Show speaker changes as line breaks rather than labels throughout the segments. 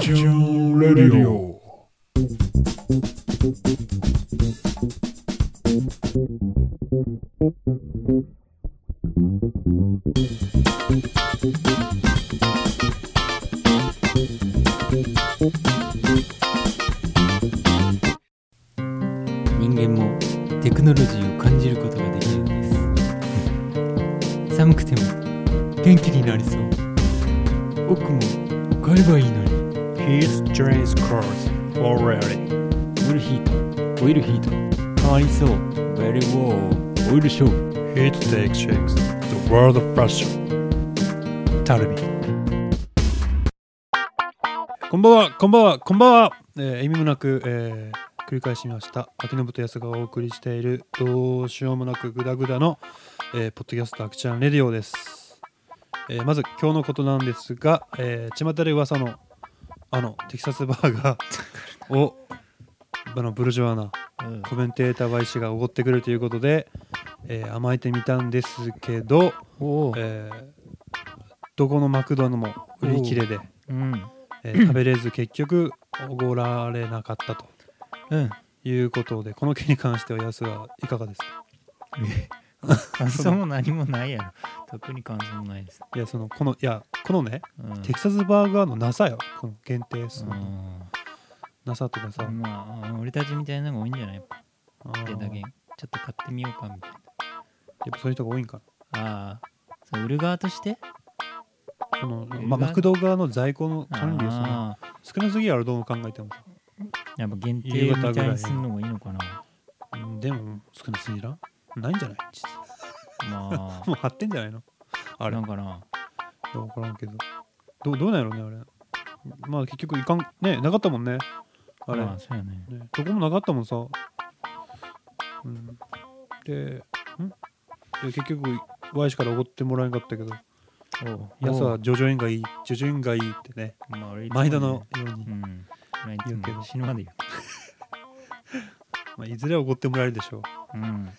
チューレディオ。
人間もテクノロジーを感じることができるんです寒くても元気になりそう僕も買えばいいのに
His train's cars already.
オイルヒートオイルヒート変わりそう Very well オイルショー
It takes shakes the world of fashion. タルビ。こんばんは、こんばんは、こんばんは。えー、意味もなく、えー、繰り返しました。秋信と安がお送りしている、どうしようもなくグダグダの、えー、ポッドキャスト、アクちゃんレディオです。えー、まず、今日のことなんですが、えー、巷で噂の、あの、テキサスバーガーを、あの、ブルジョワな
うん
コメンテーター Y 氏がおごってくるということで、えー甘えてみたんですけど、
おお、
えーどこのマクドナルドも売り切れで、
うん、
えー食べれず結局おごられなかったと
うん、
いうことでこの件に関しては安はいかがですか
感想も何もないやろ。 特に感想もないです。
いやそのこのいやこのね
うん、
テキサスバーガーのなさよこの限定数
うん
のなさとかさ、
まあ、俺たちみたいなのが多いんじゃないやっぱ
あー
でだけちょっと買ってみようかみたい
やっぱそういう人が多いんか
な。ああ、そう売る側として
なこの、
え
まあ、マクド側の在庫の管理ですね
ああ
少なすぎやろどう考えてもさ、
やっぱ限定
夕方
み
ぐらい
たいにするのがいいのかな。
うんでも少なすぎらんないんじゃない実は
ま
もう貼ってんじゃないの
あ、
あれ
なんかな。
分からんけどどうどうなんやろうねあれまあ結局いかんねなかったもんねあれ、
まあ、そうやね。
ねどこもなかったもんさ、うん、でんで結局 Y 氏からおごってもらえんかったけど
おう
や
おう
さジョジョ園がいいジョジョ園がいいってね
まあ、俺いつも
毎
ね
度のよ。うに、
うん。俺いつ
言うけど
も死ぬまで言う。
まあ、いずれはおごってもらえるでしょう
うん。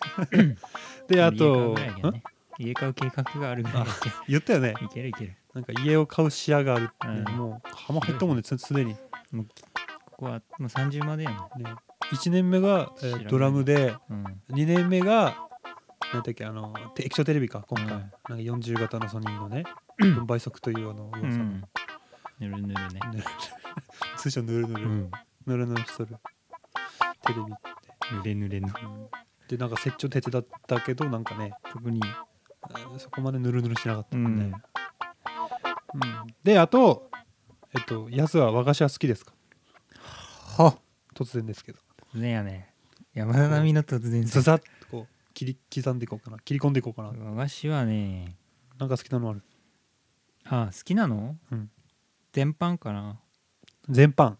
であ
家買う
と
ぐらいやけどね家買う計画があるぐらいだけ
言ったよね
どいけるいける。
なんか家を買う視野があるってね、
うん
もう浜減ったもんねすすでに、ね、
もうここはもう30までやね
1年目が、えー
知らない
ドラムで
うん。
2年目が何だっけあのて液晶テレビか今回、
うん
なんか40型のソニーのね4倍速というあの
う
噂の、
ん。ぬるぬるね。
ぬるぬる 通称ぬるぬる、
ん。
ぬるぬるしとるテレビって、
ぬれぬれの。
でなんか設置を手伝ったけどなんかね
特に。
うんそこまでぬるぬるしなかったもんね、
うん
であとえっとやすは和菓子は好きですか
は
突然ですけど
突然やね。山田並みの突然
ズ
さ。
ザッとこう切り刻んでいこうかな切り込んでいこうかな、
和菓子はね。
なんか好きなのある
あ好きなの
うん
全般かな。
全般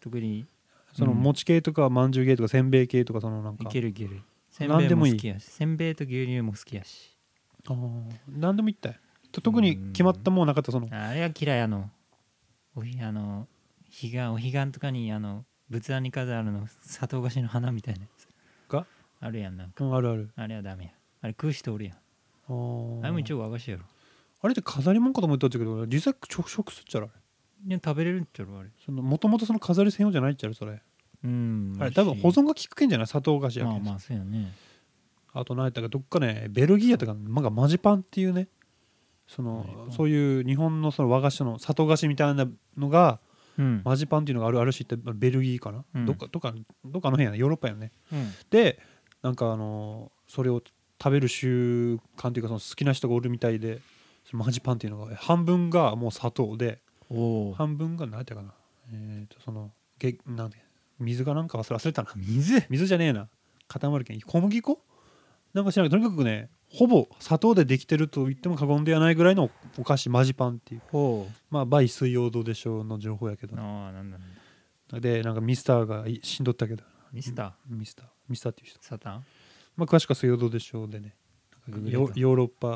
特に。
その
うん
餅系とかまんじゅう系とかせんべい系とかそのなんか
いけるいける。せん
何
べい
でも
も
いい
好きやし。せんべいと牛乳も好きやし。
あー何でもいったよと特に決まったもんなかったその
あれは嫌いあの。おひあの。彼岸お彼岸とかにあの仏壇に飾るあの砂糖菓子の花みたいなやつ
が
あるやんなんか
うんあるある
あれはダメやあれ食う人おるやん
あー
あれも一応和菓子やろ
あれって飾り物かと思ったんだけど実際直食すっちゃろあれ
でも食べれるんちゃろあれ
そのもともとその飾り専用じゃないっちゃろそれ
うん
あれ多分保存が効くけんじゃない砂糖菓子やけん
まあまあそうやね
あと何やったかどっかねベルギーやったかなんかマジパンっていうねそ
マジパ
の
ン
そういう日本のその和菓子の砂糖菓子みたいなのが
うん、
マジパンっていうのがあるあるしってベルギーかな、
うん
どっかどっかどっかあの辺やねヨーロッパやね
うん
でなんかあのそれを食べる習慣というかその好きな人がおるみたいでそのマジパンっていうのが半分がもう砂糖で
おお
半分が何ていうかなえー、とそのげなんて水がなんか忘れ忘れたな
水
水じゃねえな固まるけん小麦粉なんか知らないとにかくねほぼ砂糖でできてると言っても過言ではないぐらいのお菓子マジパンっていう
ほ
まあバイ水曜どうでしょうの情報やけど
ああなんだ
でなんかミスターがい死んどったけど
ミスター
ミスターミスターっていう人
サタン
まあ、詳しくは水曜どうでしょうでねなんか
グレー
ヨ
か
ヨーロッパ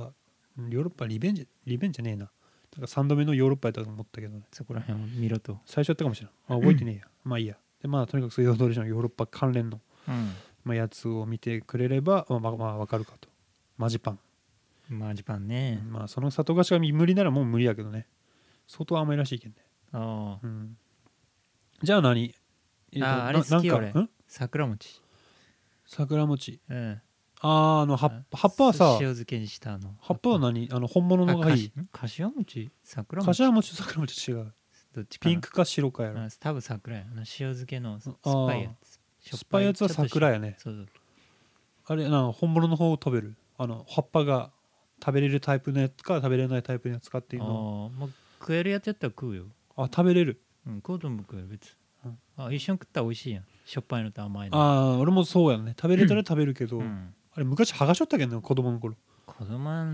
ヨーロッパリベンジリベンジじゃねえななんか3度目のヨーロッパやったと思ったけどね
そこら辺を見ろと
最初やったかもしれんあ覚えてねえやまあいいやでまあとにかく水曜どうでしょうのヨーロッパ関連の、
う
まあ、やつを見てくれればまあまあまあわかるかとマジパン、
んマジパンね、
まあその里菓子が無理ならもう無理やけどね相当甘いらしいけんね
あ
う
あ
んじゃあ何えーと
あーあれ
な
好き
なんか
俺
ん
桜餅
桜餅
うん
あああの葉っぱ葉っぱは
す
さ
塩漬けにしたあの
葉っぱは何あの本物の
あ
が
か
い
し
い
んかしわ餅桜餅
柏餅と桜餅と違う
どっちかな
ピンクか白かやろ
あ多分桜やあの塩漬けの酸っ
あー
ぱいやつしょ
酸
っ
っぱいやつは桜
や
やね
そうそう
あれな本物の方を食べるあの葉っぱが食べれるタイプのやつか食べれないタイプのやつかっていう
あ
の
ーまあ食えるやつやったら食うよ
あ食べれる
うん食うとも食える別
うん
あ一緒に食ったら美味しいやんしょっぱいのと甘いの
ああ俺もそうやね食べれたら食べるけど、
うん
あれ昔剥がしょったけんね子供の頃
子供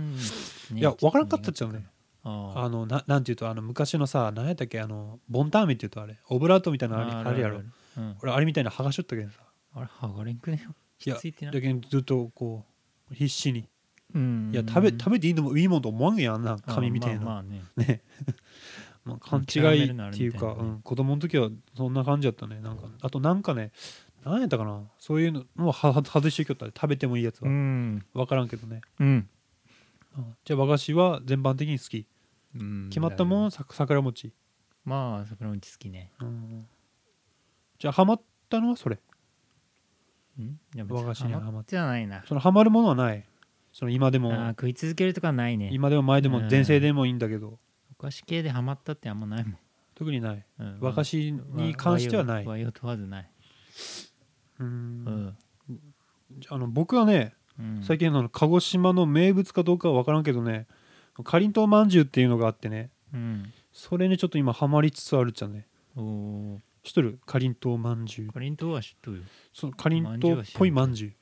に
いやわからんかったっちゃうね
あ
あのななんていうとあの昔のさ何やったっけあのボンタンメンっていうとあれオブラートみたいなのあれ
ー
あ
る
れや
あ
ろ
るあるうん
俺あれみたいな剥がしょったけんさ
あれ剥がれんくねよ
い
ひっ
や
ついてな
だけんずっとこう必死に
うん
いや食べ
べ
食べていいのもいいもんと思わんやんあんな紙みたいな、
まあまあね
ね、まあ勘違いっていうか、
キャラメルのあれみたいなね
うん、子供の時はそんな感じだったねなんかあとなんかね何やったかなそういうのもうはは外してきよったで食べてもいいやつ
う
は、
ん
分からんけどね、
うん
うんじゃあ和菓子は全般的に好き
うん
決まったもんさ桜餅、
まあ桜餅好きね
うん、じゃあハマったのはそれ
うんいや別
和菓子にはまって
ハマってはないな
そのハマるものはないその今で
あー
も
食い続けるとかないね
今でも前でも
うん
前世でもいいんだけど
お菓子系でハマったってあんまないもん
特にない
うん
和菓子に関してはない
和洋問わずない
うん
うん
じゃああの僕はね
うん
最近あの鹿児島の名物かどうかは分からんけどねかりんとうまんじゅうっていうのがあってね
うん
それにちょっと今ハマりつつあるっちゃね
おー
知っとるかりんとうまんじゅう
かりんとうは知っとるよ
そのかりんとうっぽいまんじゅ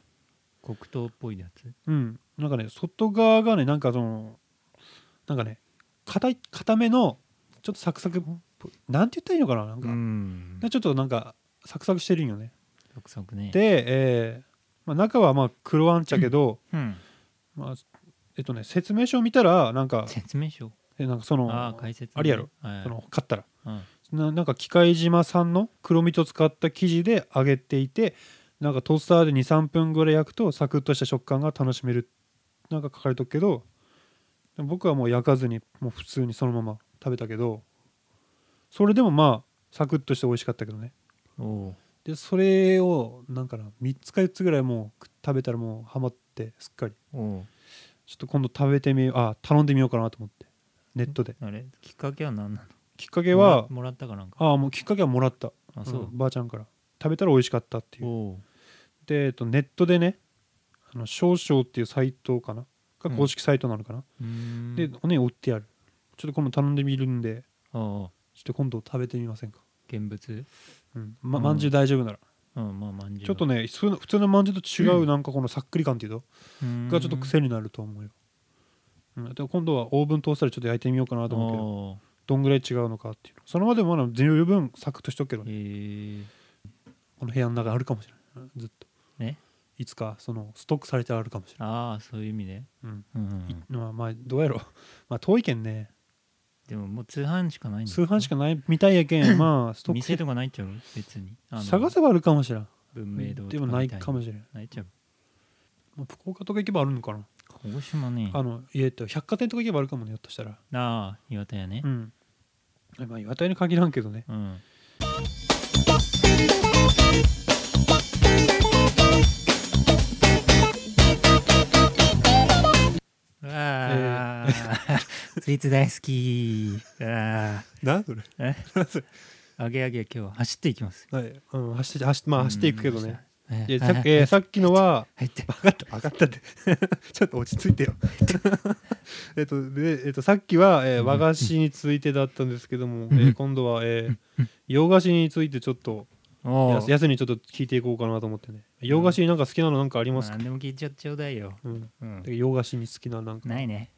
黒糖っぽいやつ
ううんなんかね外側がねなんかそのなんかね硬い硬めのちょっとサクサクっぽいなんて言ったらいいのかななんか、
ん
でちょっとなんかサクサクしてるんよね
サクサクね
で、えーまあ、中はまあ黒あんちゃけど、
うん
まあえっとね説明書を見たらなんか
説明書
えなんかその
ああ解説ね
あれやろ
はい
その買ったら
うん
ななんか機械島産の黒蜜を使った生地で揚げていてなんかトースターで23分ぐらい焼くとサクッとした食感が楽しめるなんか書かれとくけどでも僕はもう焼かずにもう普通にそのまま食べたけどそれでもまあサクッとして美味しかったけどね
おー
でそれをなんかな3つか4つぐらいもう食べたらもうハマってすっかり
おー
ちょっと今度食べてみようあ頼んでみようかなと思ってネットで
あれきっかけは何なの
きっかけは
もらもらったかなんか
ああもうきっかけはもらった
あそう
うんばあちゃんから食べたら美味しかったっていう
おー
で、えっと、ネットでねあの少々っていうサイトかなが公式サイトなのかな、
うーん
でおね売ってあるちょっと今度頼んでみるんでち
ああ
ょっと今度食べてみませんか
現物
うんま
うん
まんじゅう大丈夫なら、
うんまあまんじゅう
ちょっとね普通の普通のまんじゅうと違うなんかこのさっくり感っていうと、がちょっと癖になると思うよ、うん、で今度はオーブントースターでちょっと焼いてみようかな
だ
と思うけどどんぐらい違うのかっていうそれまでもまだ十分サクッとしとくけどね
へー
この部屋の中にあるかもしれないうんずっと
ね
いつかそのストックされてあるかもしれ
ああそういう意味で
ない、うん
うんうんう
い
ん
まあまあどうやろう まあ遠いけんね
でももう通販しかないんだ
通販しかないみたいやけ んまあストック
店とかないっちゃう別にあの
探せばあるかもしれん
文明堂
でもないかも
し
しれん、
れないっちゃう
まあ、福岡とか行けばあるのかな、
鹿児島ね
あのえっと百貨店とか行けばあるかもねひょっとしたら
ああ岩田屋ね
うんまあ岩手に限らんけどね
うんうわあ、スイーツ大好きうわあ
なそれ
えあげあげ今日は走っていきます
はい、うん、走って走ってまあ走っていくけどね
うん
いやさっきえーさっきの は
入って
分かった分かったって ちょっと落ち着い てよえっとで、えっと、さっきは、えー和菓子についてだったんですけども、えー今度は、えー洋菓子についてちょっと
お
やすやすにちょっと聞いていこうかなと思ってね洋菓子なんか好きなのなんかありますか、
何でも聞いちゃちょうだいよ、
うん、
うん
で洋菓子に好きななんか
ないね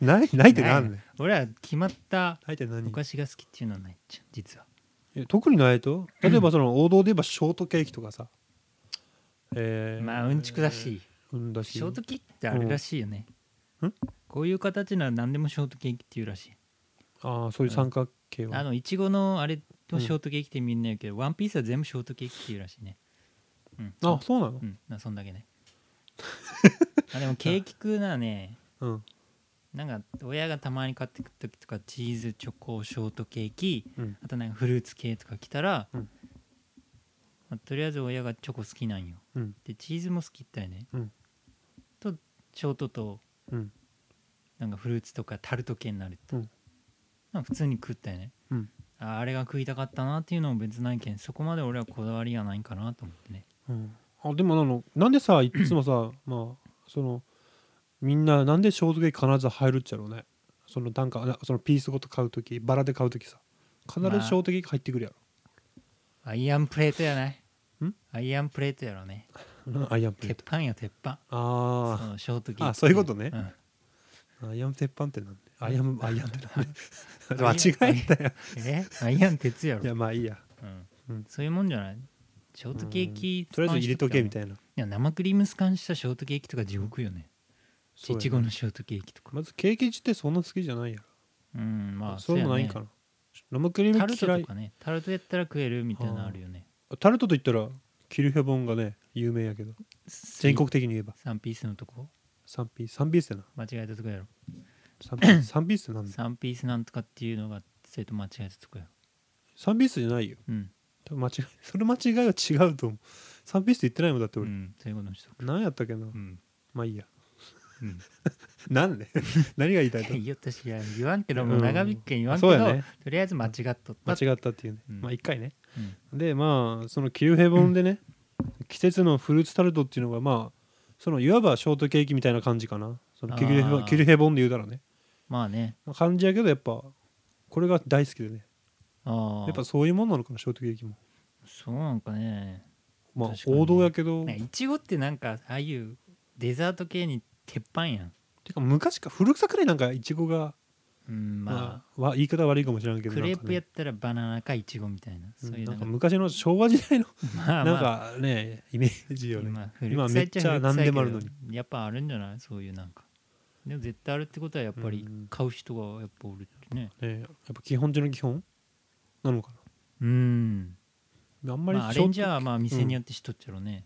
ない ないってなん
な
ね
い俺は決まった
ないって
お
何
菓子が好きっていうのはないっちゃう実は
え特にないと例えばその王道で言えばショートケーキとかさえー、
まあうんちくだし
うんだし
ショートケーキってあれらしいよね
うんん
こういう形なら何でもショートケーキっていうらしい
ああそういう三角形は
あ
あ
のいちごのあれとショートケーキってみんな言うけど、ワンピースは全部ショートケーキっていうらしいねうん
そうなの
うんなそんだけねあでもケーキ食うならね
うん
なんか親がたまに買ってくる時とかチーズチョコショートケーキ、
うん
あとなんかフルーツ系とか来たら、
うん
まあとりあえず親がチョコ好きなんよ
うん
でチーズも好きだよね、
うん
とショートと
うん
なんかフルーツとかタルト系になると、
うん
なんか普通に食ったよね、
うん
ああれが食いたかったなっていうのも別ないけんそこまで俺はこだわりがないんかなと思ってね
うんあでもあのなんでさいっつも さまあそのみんななんでショートケーキ必ず入るっちゃろうねその単価あそのピースごと買う時バラで買う時さ必ずショートケーキ入ってくるや
アイアンプレートやない
ん
アイアンプレートやろね
ろ、 アイアンプレー
鉄
ト
板や鉄板そ
あ
のショートケーキ
あそういうことね
ん
あアイアン鉄板ってなんでアイアンアイアンってなんで
アイアン
間違えたよ
え アイアン鉄やろ
いやまあいいや
うん
うん
そういうもんじゃないショートケーキ
とりあえず入れとけみ
い
たいな
や生クリームスカンしたショートケーキとか地獄よね
そうや
い
ね
ちごのショートケーキとか
まずケーキ自体そんな好きじゃないや
うんまあ
そういうのもないんかな生クリー
そう
ム
やねタ
嫌
ルトと
い
かねタルトやったら食えるみたいなのあるよね
タルトといったらキルヒャボンがね有名やけど全国的に言えば
3ピースのとこ
3ピース3ピースってな
間違えたとこやろ
3ピー ス3ピースってなんだ
3ピースなんとかっていうのが生徒間違えたとこやろ
3ピースじゃないよ
うん、
多分間違いそれ間違いは違うと思う3ピースって言ってないもんだって
う
俺、
ん、そういう ことにしとく
なん、何やったっけな、
うん
まあいいや
うん
なんで 何が言いた いと
言いよったし言わん言わんけどもう長引くけん言わんけ
そう
ど、
やね
とりあえず間違っとった
間違ったっていうね、
うん
まあ一回ね
うん
でまあそのキルヘボンでね、季節のフルーツタルトっていうのがまあそのいわばショートケーキみたいな感じかなそのキルヘボ
あ
ン
ー
キルヘボンで言うたらね、
まあね
まあ、感じやけどやっぱこれが大好きでね
ああ
やっぱそういうもんなのかなショートケーキも
そうなんかね
まあ
確かにね
王道やけど、
なんかいちごってなんかああいうデザート系に鉄板やん
てか昔か古臭くらいなんかいちごが
うんま
まあ、わ言い方悪いかもしれんけ
あ
ど
クレープやっ
なんかね
たらバナナかいちごみたいな
う
そ
ん
ういう
な
なんん
か
か
昔の昭和時代の
まあ
なん
まあ
かねイメージよね
今古臭い
今めっちゃ何でもあるの
古臭いけどやっぱあるんじゃないそういうなんかでも絶対あるってことはやっぱり
うん
買う人がやっぱおるってね
ねやっぱ基本中の基本なのか
うん
なあんまり
まあア
ショー
レ
ト
ンジはまあ店によってしとっちゃろうね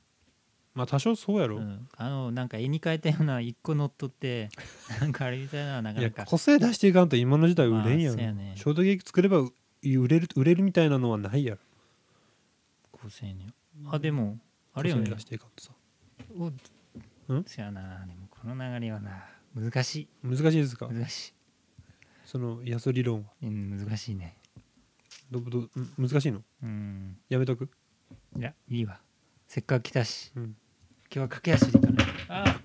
まあ多少そうやろ、
うんあのなんか絵に描いたような一個乗っとってなんかあれみたいなのはないか
や
なか
個性出していかんと今の時代売れんやろ、
まあそうやね
ショートケーキ作ればう売れる売れるみたいなのはないやろ
構成にあでもあれよ
個
ね
性出していかんとさ
お
ん
そやなでもこの流れはな難しい
難しいですか
難し、
その安理論はい
うん、難しいね
どどん難しいの
うん
やめとく
いやいいわせっかく来たし
うん
今日は駆け足で行かないあ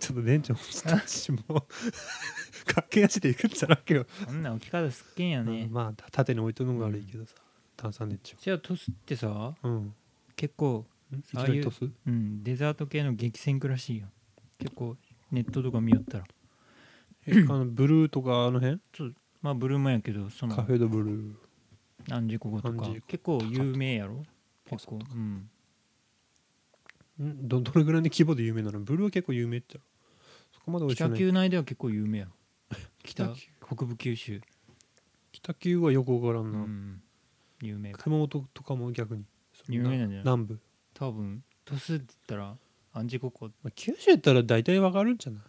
ちょっと電池落ちたしもう 駆け足で行くんじゃなくよ
こんな置き方すっげえやね
うんまあ縦に置いとるのが悪いけどさ、炭酸電池を
じゃあトスってさ
うん
結構、
んいき
あ
な
あいう
りトス
うん、デザート系の激戦区らしいよ結構ネットとか見よったら
えあのブルーとかあの辺
ちょっとまあブルーもやけどそ
カ
の
フェドブルー
何時こことか
何時こ
結構有名やろ結構うん
んどど れぐらいの規模で有名なのブルーは結構有名って言ったろそこまで美味しく
北
ない
九内では結構有名やろ
北
北
九
北部九州、
北九は横からん
う
な、
ん、有名
熊本とかも逆にそん
有名なんじゃない
南部、
多分鳥栖って言ったらアンジココ
まあ、九州やったら大体わかるんじゃない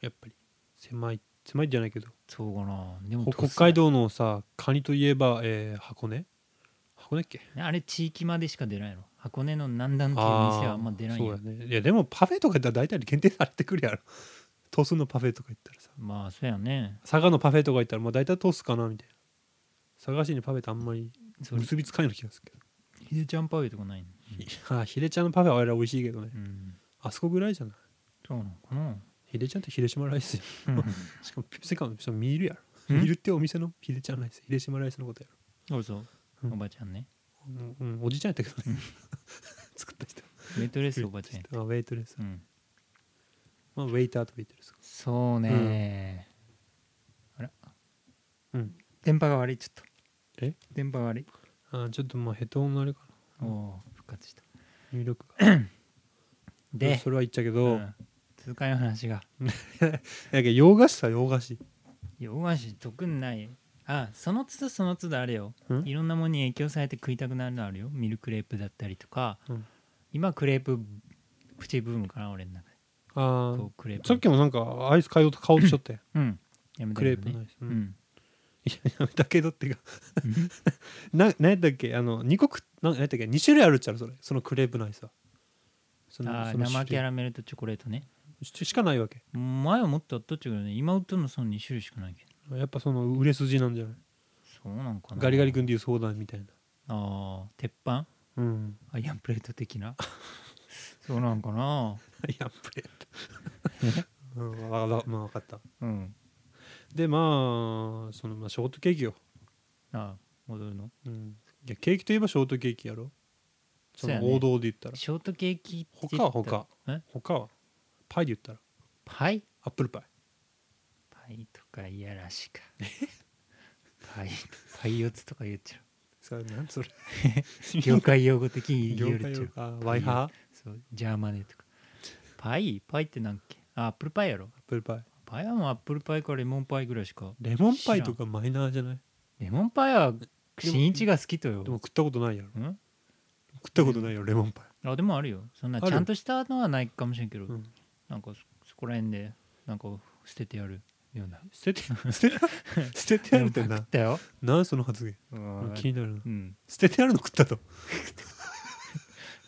やっぱり狭い狭いじゃないけど
そうかなでも
ほ
鳥栖
北海道のさカニといえば、えー箱根箱根っけ
あれ地域までしか出ないやろ箱根の南段っていう店はあんま出ない
そ
ん
う
や
やねいやでもパフェとかやったら大体限定されてくるやろ トスのパフェとか言ったらさ
まあそうやね
佐賀のパフェとか言ったらもう大体トスかなみたいな佐賀市にパフェってあんまり
それ
結びつかないような気がするけど
ヒデちゃんパウエとかないの
いやあヒレちゃんのパフェはあれ美味しいけどね
うん
あそこぐらいじゃない
そうなのかな
ヒレちゃんって広島ライスや
うん
しかも世界の人ミールやろ
ん
ミールってお店のヒレちゃんライスヒレ島ライスのことやろ
そうそう
うん
おばちゃんね
うん、うんおじちゃんやったけどね作った人
ウェイトレスおばちゃんや
あウェイトレス、
うん
まあ、ウェイターとウェイトレスか
そうねあら
うん
電波が悪いちょっと
え
電波が悪い
あちょっとまあヘトンのあれか
おおー復活した
な入力が
で
それは言っちゃうけ
う
ど、
ん続かない話が
やけど洋菓子さ洋菓子
洋菓子特にないあその都度その都度あれよ
ん
いろんなものに影響されて食いたくなるのあるよミルクレープだったりとか、
うん
今クレーププチブームかな俺の中で
あ
こうクレー
あ
プ
さっきもなんかアイス買おうと買おうとしちゃって
うんやめた
ク
けど
レープ
ね
のアイス、う
うんん
いや やめたけどってか な何やったっけあの二個食っな何やったっけ二種類あるっちゃろそれそのクレープのアイスはその
あー
その
生キャ
ラ
ラメルとチョコレートね
しかないわけ
前はもっとあったっちゅうけどね今売ってるのその2種類しかないけど
やっぱその売れ筋なんじゃない
そうなんかな
ガリガリ君でいう相談みたいな
ああ鉄板
うん
アイアンプレート的なそうなんかな
やっぱり うんわわまあ分かった
うん
でまあそのまあショートケーキよ、
ああ戻るの
うん、いやケーキといえばショートケーキやろそ
そうやね
の王道で言ったら、
ショートケーキって
他は他
え
他はパイで言ったら
パイ
アップルパイ
パイとかいやらしいかパイパイ四つとか言っちゃ
それなんそれ
う業界用語的に言
業
う
界
ち
用
ゃう
あワイハーアッ
そうジャーマネとかパイパイってなんっけあアップルパイやろ
プルパイ
パイはもうアップルパイかレモンパイぐらいしか
レモンパイとかマイナーじゃない
レモンパイは新一が好きとよ
でも食ったことないやろ
うん
食ったことないよレモンパイ
あでもあるよそんな
ある
ちゃんとしたのはないかもしれんけど、
うん
なんかそそこら辺でなんか捨ててやるような
捨てて捨てて捨ててあるって
でもパク
な
っ たよ
なんその発言
うん
気になるな
うん
捨ててあるの食ったと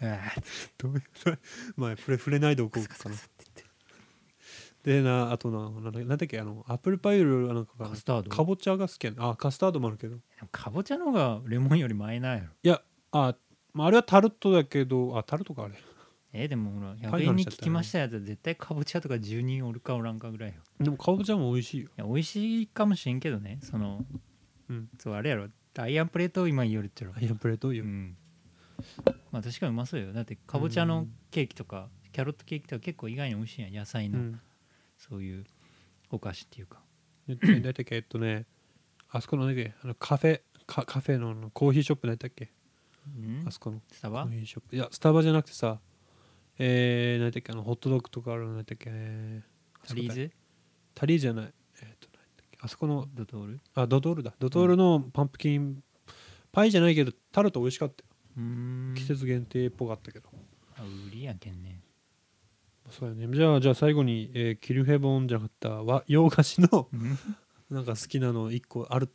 あー
どういうそれまあ触れ触れないでおこうかなでなあとななんだなんだっけあのアップルパイよりなんかかな
カスタード
かぼちゃが好きやねあカスタードもあるけど
でもかぼちゃの方がレモンより前なんやろ
いやあ、まあ、あれはタルトだけどあタルトかあれ
えーでもほら
パ
100
イの
円
話
に
だったらね
聞きましたやつは絶対かぼちゃとか10人おるかおらんかぐらいよ
でもかぼちゃも美味しいよ
いや美味しいかもしれんけどねその、
うん
そうあれやろダイアンプレートを今言おるってろ
アイアンプレートいいよ、
うんまあ確かにうまそうよだってかぼちゃのケーキとかキャロットケーキとか結構意外に美味しいやん野菜
う
の、
ん
そういうお菓子っていうか
ででだいたいえっとねあそこの何だっけあのカフェカカフェのあのコーヒーショップ何だっけ
うん
あそこの
スタ
コ
バ
ーヒーショップいやスタバじゃなくてさえー、何だっけあのホットドッグとかあるの何だっけ
タリーズ
タリーじゃないえっと何だっけあそこの
ドトール
あドトールだドトールのパンプキン、パイじゃないけどタルト美味しかったよ
うーん
季節限定っぽかったけど、
あ売りやけんね
そうやねじゃあじゃあ最後に、えーキルヘボンじゃなかった和洋菓子の
うん
なんか好きなの一個ある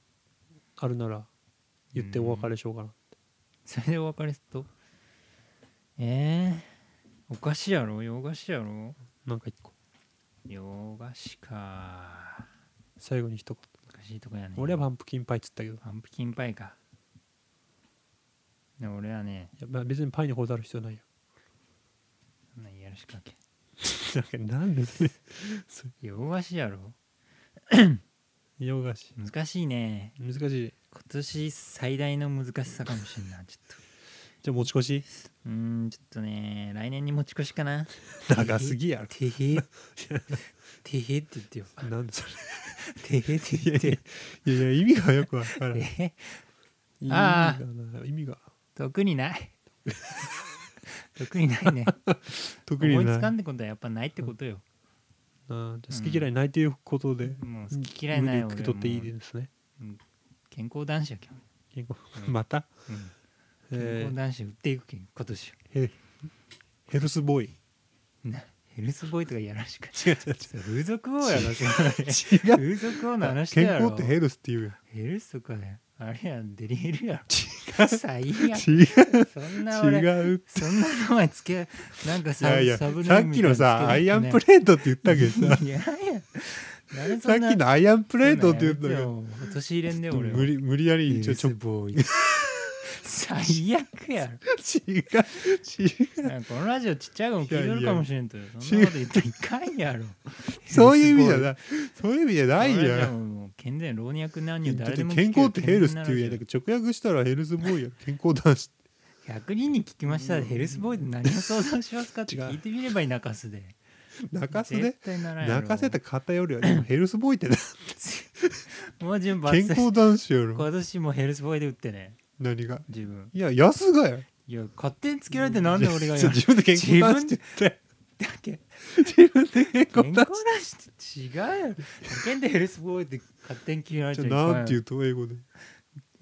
あるなら言ってお別れしようかな、
それでお別れすっとえー、お菓子やろ洋菓子やろ
なんか一個
洋菓子か
最後に一言
難しいとこやね
俺はパンプキンパイっつったけどい
パンプキンパイかで俺はね
や、まあ、別にパイにこだわる必要ないよ
そんなんやるしかけん
なんか なんでね
洋菓子やろ
洋菓子
難しいね
難しい
今年最大の難しさかもしれん なちょっと
じゃあ持ち越 し
うーんちょっとね来年に持ち越しかな
長すぎやろ
てへてへって言ってよ
なんでそれ
てへって言って
いやいや意味がよくわからない
え
意味
あ
が
ー
な意味が
特にない特にない ね
特にない
思いつかんってことはやっぱないってことよ、
あーじゃあ好き嫌いないということで、
もう好き嫌いない
無理
俺
受
は
け取
も
っていういですね
健康男子やけん、
健康
うん
また、
うん健
え
康
ー
男子売っていくけん今年は
ヘヘルスボーイ
なヘルスボーイとかやらしか
違う違う
そう風俗王やろそれ
違う
風俗王の話だ
健
やろ
康ってヘルスっていうやん
ヘルスとかねあれやデリヘルやろ最悪
違
そんな
う
俺
違う
そんな名前つけなんか
い
サ
やいや
サ
さ
ブネーム
っ
み
き
たいな
の
つけな
さアイアンプ
レ
レートって言ったけどさ
ーいやいやなんで
さ
そ
っ
んな
きのアイアンプレートって言ったけど
落とし入れんで俺は
無理無理やり
ヘ
一応
ル
ち
ス
ょ
ボーイ最悪やろ
違う違う
なんかこのラジオちっちゃい子も聞いてるかもしれんとよそ
い
ん
や
なこと言ったらいかんやろ
そういう意味じゃ
い
ないそういう意味じゃない
このラ
や
ジ
ん
オももう健全老若男
いやだ
女
って
誰でも聞け
健
る
康ってヘルスっていうやん
健
だけ
全
ど直訳したらヘルスボーイやん健康男子って
なラジオ100人に聞きましたでヘルスボーイで何を想像しますかって
違う
聞いてみればいい泣かすで
泣かすで
絶対 ならんやろ
泣かせた偏るよ でもヘルスボーイってな
もう順番
健康男子やろ
今年もヘルスボーイで打ってね
何が
自分
いや安がや
いや勝手につけられてなんで 俺がや
ちょ
る
自分で健康男子って言って
だっけ
自分で健
健
康
康
男
ら
子
しって違うよなんでヘルスボーイで勝手に決められ
じ
て
ゃ
る
あなんて言うと英語で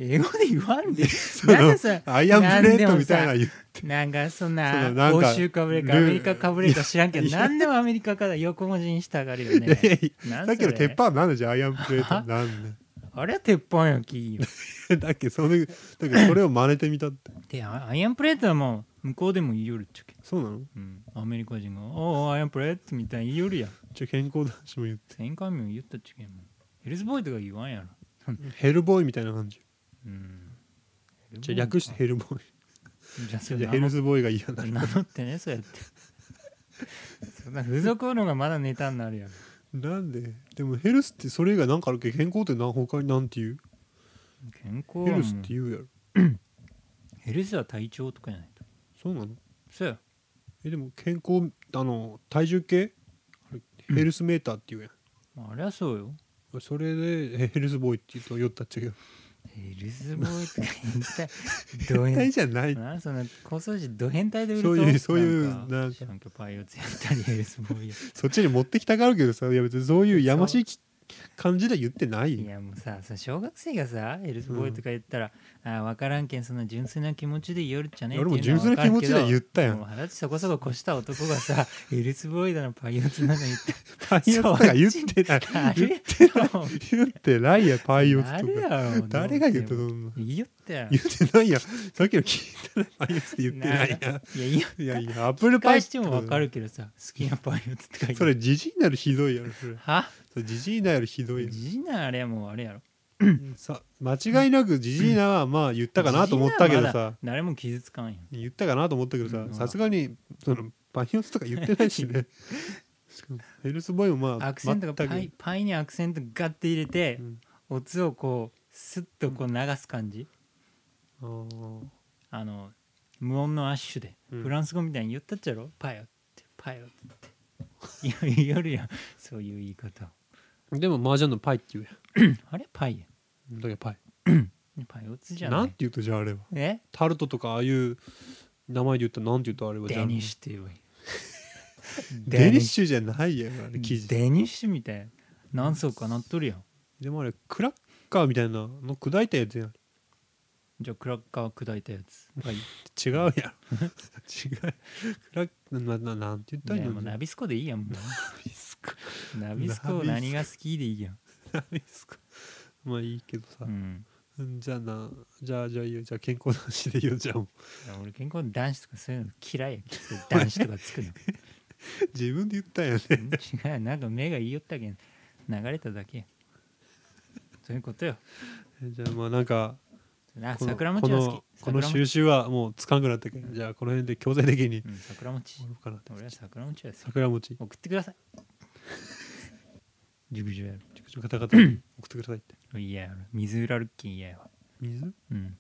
英語で言わんで
の
なんかさ
アイアンブレートみたい
な
なん
でも
言う
さなんかそ
そ
んな
うなんか
欧州かぶれかア
ルー
メリカかぶれか知らんけど
いや
何でもアメリカから横文字にしたがるよね
いやい
な
や
ん
さっき
そ
の
れ
鉄板なんでじゃあアイアンプレ ートなん
あれは鉄板よきよ
で だっけそれだけどそれを真似てみたって
でアアイアンプレートはもう向こうでも言いよるっちゃけ、
そうなの
うん、アメリカ人が「おおアイアンプレート」みたいに言いよるやん
じゃあ健康男子も言って
1000回も言ったっちゃけんもんヘルスボーイとか言わんやろ
ヘルボーイみたいな感じ
うん
じゃあ略してヘルボーイ
じゃあそれ
じゃあ
名
ヘ
乗
ル
っ
スボーイが嫌だ
名乗ってねそうやって そんな付属のがまだネタになるやん
なんででもヘルスってそれ以外なんかあるっけ健康ってな他になんて言う
健康は
ヘ
もう
ルスって言うやろ
ヘルスは体調とかじゃないと
そうなの
そうや
えでも健康あの体重計あれヘルスメーターっていうやん、
あれはそうよ
それでえヘルスボーイって言うと酔ったっちゃうけど
ヘルスボーイとか 言ったらどうや
体じゃない
なんかその高層時ド変態で売ると
そういうそういう
な
なん
ん
か
かシャンキョパイオツやったりヘルスボーイや
そっちに持ってきたがるけどさいや別にそういうやましいき感じで言ってない
い
よ
やもうさその小学生がさヘルスボーイとか言ったら、あー分からんけんそんな純粋な気持ちで言えるっちゃねえ
俺も
っていうのは
純粋な気持ちで言ったやん
わかるけどもう二十歳そこそこ越した男 がさヘルスボーイだのパイオツなの言って
パイオツとか言ってない
あ
言
れやろ
言ってないやパイオツ
あ
と
れ
か
やろ
誰が言った
の
そんな
言ったやん
言ってないやんさっきの聞いたらパイオツって言ってないやん
いやいや
いやいやアップルパイ
返しても分かるけどさ好きなパイオツとか言って
それジジイになるひどいやろそれ
は
それジジイになるひどいやろ
ジジイなあれはもうあれやろ
さ間違いなくジジイなはまあ言ったかなと思ったけど
ジジイなら
さ
まだ誰も傷つかんよ
言ったかなと思ったけどさ
うん
さすがにそのパニオスとか言ってないし ねしかもヘルスボーイもまあ
アクセントが
全く
パイパイにアクセントガッて入れて、
うん
おつをこうスッとこう流す感じ、
あー
あの無音のアッシュで、
うん
フランス語みたいに言ったっちゃろパイオってパイ オっていや言るやんそういう言い方
でも麻雀のパイっていうや
あれパイ
んだけどパイ
やパイオツじゃ
な
なん
て
い
言うとじゃああれは
え
タルトとかああいう名前で言ったらなんて言うとあれはじゃ
デ
あ
ニッシュって言えばいい
デニッシュじゃないやんあれ生地
デニッシュみたいな何層かなっとるやん
でもあれクラッカーみたいなの砕いたやつやん
じゃあクラッカー砕いたやつパイ
違うやん違うクラッなななんて言ったら
い
いい
や
の
もうナビスコでいいやんも うナビス
ナビス
コ
コ
何が好きでいいやん、
ないですかまあいいけどさ
う、ん、
うんじゃあなじゃあじゃあいいよじゃあ健康男子でいいよじゃあもう
いや俺健康男子とかそういうの嫌いやきつい男子とかつ くの
自分で言ったんやね
違うなんか目が言いよったけん流れただけやそういうことよ
じゃあまあなんか
あ
この
桜
こ
餅は好
のこ
き
の
桜餅
収集はもうつかんくなったけどじゃあこの辺で強制的に
うん、桜餅
終わろうかなって
俺は桜餅は好き
桜餅
送って ください熟女や
熟女方々に送ってくださいって
ろいややろ水裏ルッキン嫌やわ
水
うん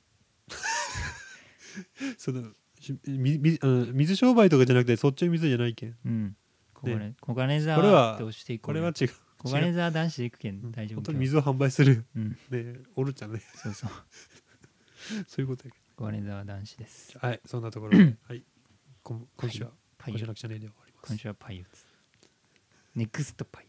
そのしみみあの水商売とかじゃなくてそっちの水じゃないけん
うん小金
ね
小
こ
金
れ
沢
は
って押していこ
こ
う
れ
よ
は違う
小
違
金
う
沢男子で行くけ
うん
ん大丈夫
本
か
当
な
に水を販売する
うん
ねおるちゃんね
そうそう
そういうことやけ
小金沢男子です
どはいそんなところではいこん今週は
パイ
今週の楽者ねで終わります
今週はパイオツネクストパイオツ